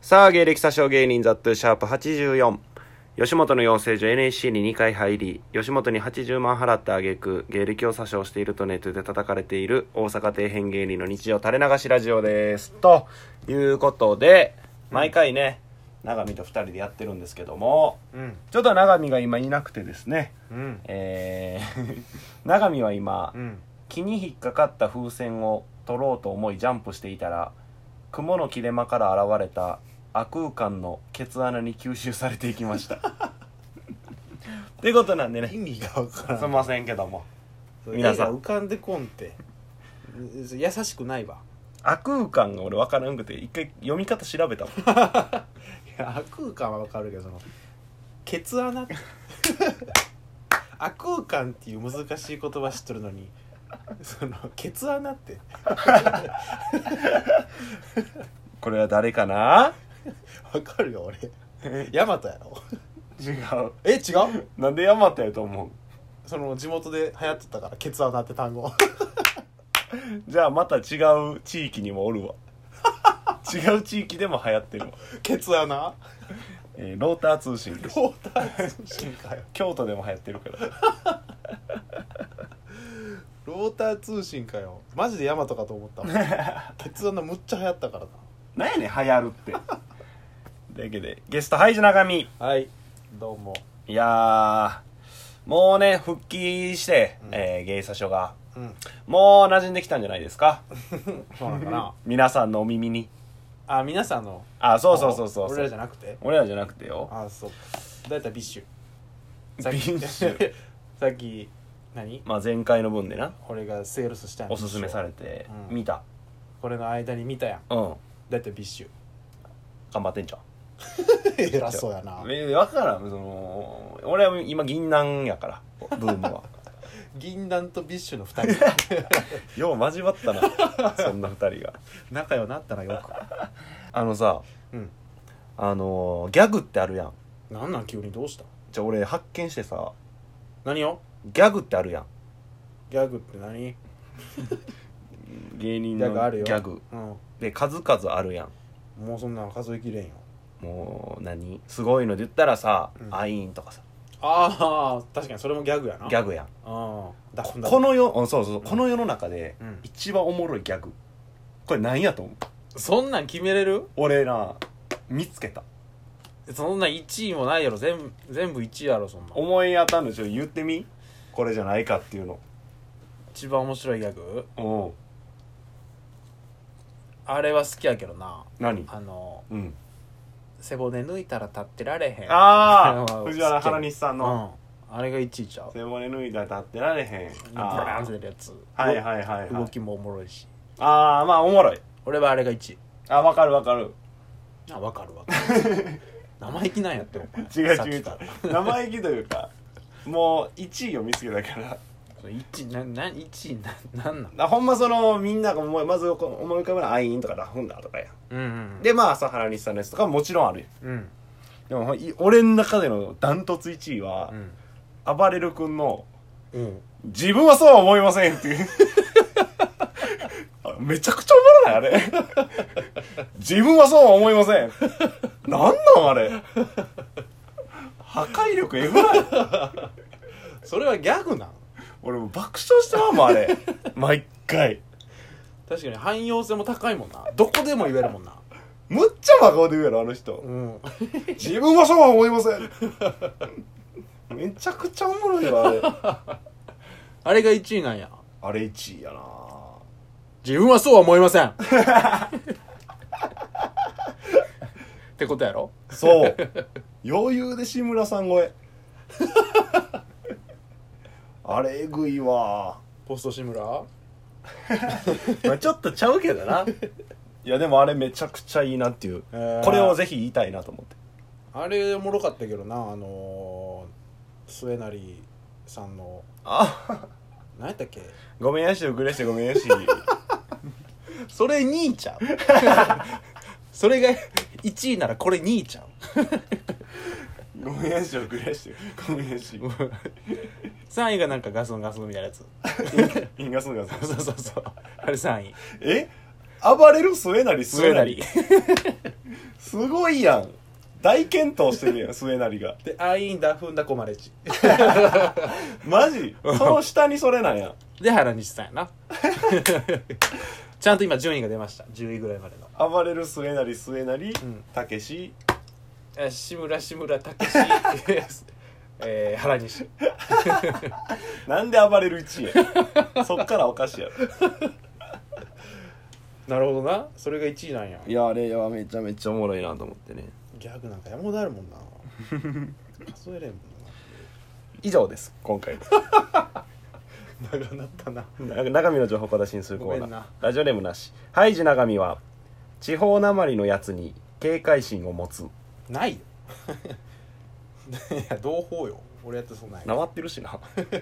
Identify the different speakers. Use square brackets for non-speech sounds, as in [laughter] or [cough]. Speaker 1: さあ、芸歴詐称芸人ザットゥシャープ84。吉本の養成所 NSC に2回入り、吉本に80万払った挙句、芸歴を詐称しているとネットで叩かれている大阪底辺芸人の日常垂れ流しラジオです。ということで、毎回ね、長見と2人でやってるんですけども、
Speaker 2: うん
Speaker 1: ちょっと長見が今いなくてですね、
Speaker 2: うん
Speaker 1: えー、 [laughs] 長見は今、
Speaker 2: うん
Speaker 1: 木に引っかかった風船を取ろうと思いジャンプしていたら雲の切れ間から現れた亜空間のケツ穴に吸収されていきま [laughs] したっていうことなんで
Speaker 2: 意
Speaker 1: ね
Speaker 2: 味がわからん
Speaker 1: すんませんけども
Speaker 2: そう
Speaker 1: 皆さん
Speaker 2: 絵が浮かんでこんってう優しくないわ
Speaker 1: 亜空間が俺分からんくて一回読み方調べたもん
Speaker 2: いや悪空間はわかるけどそのケツ穴悪空間っていう難しい言葉知っとるのにそのケツ穴って
Speaker 1: これは誰かな
Speaker 2: わかるよ俺ヤマトやろ
Speaker 1: 違う
Speaker 2: え違う
Speaker 1: なんで山田やと思
Speaker 2: その地元で流行っとったからケツ穴って単語
Speaker 1: うじゃあまた違う地域にもおる [laughs] わ違う地域でも流行ってるわ、
Speaker 2: ケツ穴
Speaker 1: えーローター通信です
Speaker 2: ローター通信かよ
Speaker 1: 京都でも流行ってるから
Speaker 2: ローター通信かよマジでヤマトかと思っ
Speaker 1: [laughs]
Speaker 2: たわケツ穴むっちゃ流行ったから
Speaker 1: なんやねん流行るって [laughs] というわけでゲストハイジ長見
Speaker 2: なはいどうも
Speaker 1: いやーもうね復帰して、えー、芸者所が
Speaker 2: うん [laughs]
Speaker 1: もう馴染んできたんじゃないですか
Speaker 2: そうなんかな
Speaker 1: 皆さんのお耳に
Speaker 2: あ皆さんの
Speaker 1: あそうそうそうそう
Speaker 2: 俺らじ
Speaker 1: ゃ
Speaker 2: ゃなくて
Speaker 1: 俺らじゃなくてよ
Speaker 2: あそうだいたいビッシ
Speaker 1: [laughs]
Speaker 2: ュさっ
Speaker 1: ビ
Speaker 2: き
Speaker 1: ッシュ
Speaker 2: [laughs] さっき何
Speaker 1: まあ前回の分でな
Speaker 2: 俺がセールスしたやん
Speaker 1: おすすめされて、
Speaker 2: うん
Speaker 1: 見た
Speaker 2: これの間に見たやん
Speaker 1: うん
Speaker 2: だいたいビッシュ
Speaker 1: 頑張ってんじゃん
Speaker 2: 偉そうやな
Speaker 1: え分からんその俺は今銀杏やからブーム
Speaker 2: [laughs]
Speaker 1: は
Speaker 2: 銀杏とビッシュの2人
Speaker 1: [laughs] よう交わったなそんな二人が
Speaker 2: 仲良くなったなよ
Speaker 1: あのさ
Speaker 2: くうん
Speaker 1: あのーギャグってあるやん
Speaker 2: なんなん急にどうした
Speaker 1: じゃあ俺発見してさ
Speaker 2: 何よ
Speaker 1: ギャグってあるやん
Speaker 2: ギャグって何
Speaker 1: 芸人
Speaker 2: ギャグあるよ
Speaker 1: ギャグ
Speaker 2: うん
Speaker 1: で数々あるや
Speaker 2: もうそんなの数えきれんよ
Speaker 1: んもう何すごいので言ったらさ、
Speaker 2: うん
Speaker 1: アイーンとかさ
Speaker 2: ああ確かにそれもギャグやな
Speaker 1: ギャ
Speaker 2: グ
Speaker 1: グやん
Speaker 2: ああだこ
Speaker 1: この世うんそうそうそうこの世の中で
Speaker 2: うん
Speaker 1: 一番おもろいギャグこれ何やと思う
Speaker 2: そんなん決めれる
Speaker 1: 俺な見つけた
Speaker 2: そんなん1位もないやろ全部全部1位やろそんなん
Speaker 1: 思い当たるのちょっと言ってみこれじゃないかっていうの
Speaker 2: 一番面白いギャグ
Speaker 1: うん
Speaker 2: あれは好きやけどな
Speaker 1: 何
Speaker 2: あの
Speaker 1: うん
Speaker 2: 背骨抜いたら立ってられへん
Speaker 1: ああ [laughs]
Speaker 2: [laughs] うん
Speaker 1: 藤原原西さんの
Speaker 2: うんあれが1位ちゃう
Speaker 1: 背骨脱いだら立ってられへん
Speaker 2: ブラ
Speaker 1: あ
Speaker 2: ンっ
Speaker 1: ー
Speaker 2: て出るやつ
Speaker 1: はいはいはいは
Speaker 2: 動
Speaker 1: い
Speaker 2: きもおもろいし
Speaker 1: ああまあおもろい
Speaker 2: 俺はあれが1位
Speaker 1: あわかるわかる
Speaker 2: あ分か [laughs] る分かる生意気なんやってお
Speaker 1: 違う
Speaker 2: 前
Speaker 1: 違う違う生意気というかもう1位を見つけたから
Speaker 2: 1位なな1位ななんなん
Speaker 1: だほんまそのみんなが思いまずこう思い浮かべるのはアイーンとかラフンだとかや
Speaker 2: うんうん
Speaker 1: でまあ朝原西さんのやつとかももちろんあるよ
Speaker 2: うん
Speaker 1: でもほんい俺の中でのダントツ1位は
Speaker 2: う、ん
Speaker 1: 暴れる君の
Speaker 2: うん
Speaker 1: 「自分はそうは思いません」っていうあめちゃくちゃおもろないあれ自分はそうは思いませんなんなんあれ破壊力えぐない
Speaker 2: それはギャグなん
Speaker 1: 俺もう爆笑してまうもんあれ毎回
Speaker 2: 確かに汎用性も高いもんなどこでも言えるもんな
Speaker 1: むっちゃ真顔で言うやろあの人
Speaker 2: うん [laughs]
Speaker 1: 自分はそうは思いませんめちゃくちゃおもろいわあれ
Speaker 2: あれが1位なんや
Speaker 1: あれ1位やな
Speaker 2: 自分はそうは思いませんってことやろ
Speaker 1: そう余裕で志村さん超え [laughs] あれえぐいわ
Speaker 2: ポスト志村
Speaker 1: まあちょっとちゃうけどないやでもあれめちゃくちゃいいなっていう、
Speaker 2: えー
Speaker 1: これをぜひ言いたいなと思って
Speaker 2: あれおもろかったけどなあのー、末成さんの
Speaker 1: あ
Speaker 2: 何やったっけ
Speaker 1: ごめんやし遅れ [laughs] してごめんやし
Speaker 2: それ2位ちゃう [laughs] それが1位ならこれ2位 [laughs] ちゃう
Speaker 1: ごめんやし遅れしてごめんやし
Speaker 2: 3位がなんかガスンガスンみたいなやつ
Speaker 1: みんなそうだ
Speaker 2: そうそうそうあれ3位
Speaker 1: え暴れる末成
Speaker 2: 末成
Speaker 1: すごいやん大健闘してるやん末成が
Speaker 2: でアインダフンダコマレチ
Speaker 1: マ [laughs] ジその下にそれなんや
Speaker 2: [laughs] で原西さんやな [laughs] ちゃんと今順位が出ました10位ぐらいまでの
Speaker 1: 暴れる末成末成
Speaker 2: ん
Speaker 1: たけし
Speaker 2: え志村志村たけし [laughs] えー、原西
Speaker 1: なんで暴れる1位 [laughs] やそっからおかしいやろ
Speaker 2: なるほどなそれが1位なんや
Speaker 1: いやあれはめちゃめちゃおもろいなと思ってね
Speaker 2: ギャグなんか山ほどあるもんな数えれんも
Speaker 1: 以上です今回
Speaker 2: んな長なったな
Speaker 1: [laughs] 中身の情報小出しにするコーナ
Speaker 2: ごめん
Speaker 1: ー
Speaker 2: な
Speaker 1: ラジオネームなしハイジ長見は地方なまりのやつに警戒心を持つ
Speaker 2: [laughs] ないよいや同胞よ俺やってそうない
Speaker 1: なまってるしな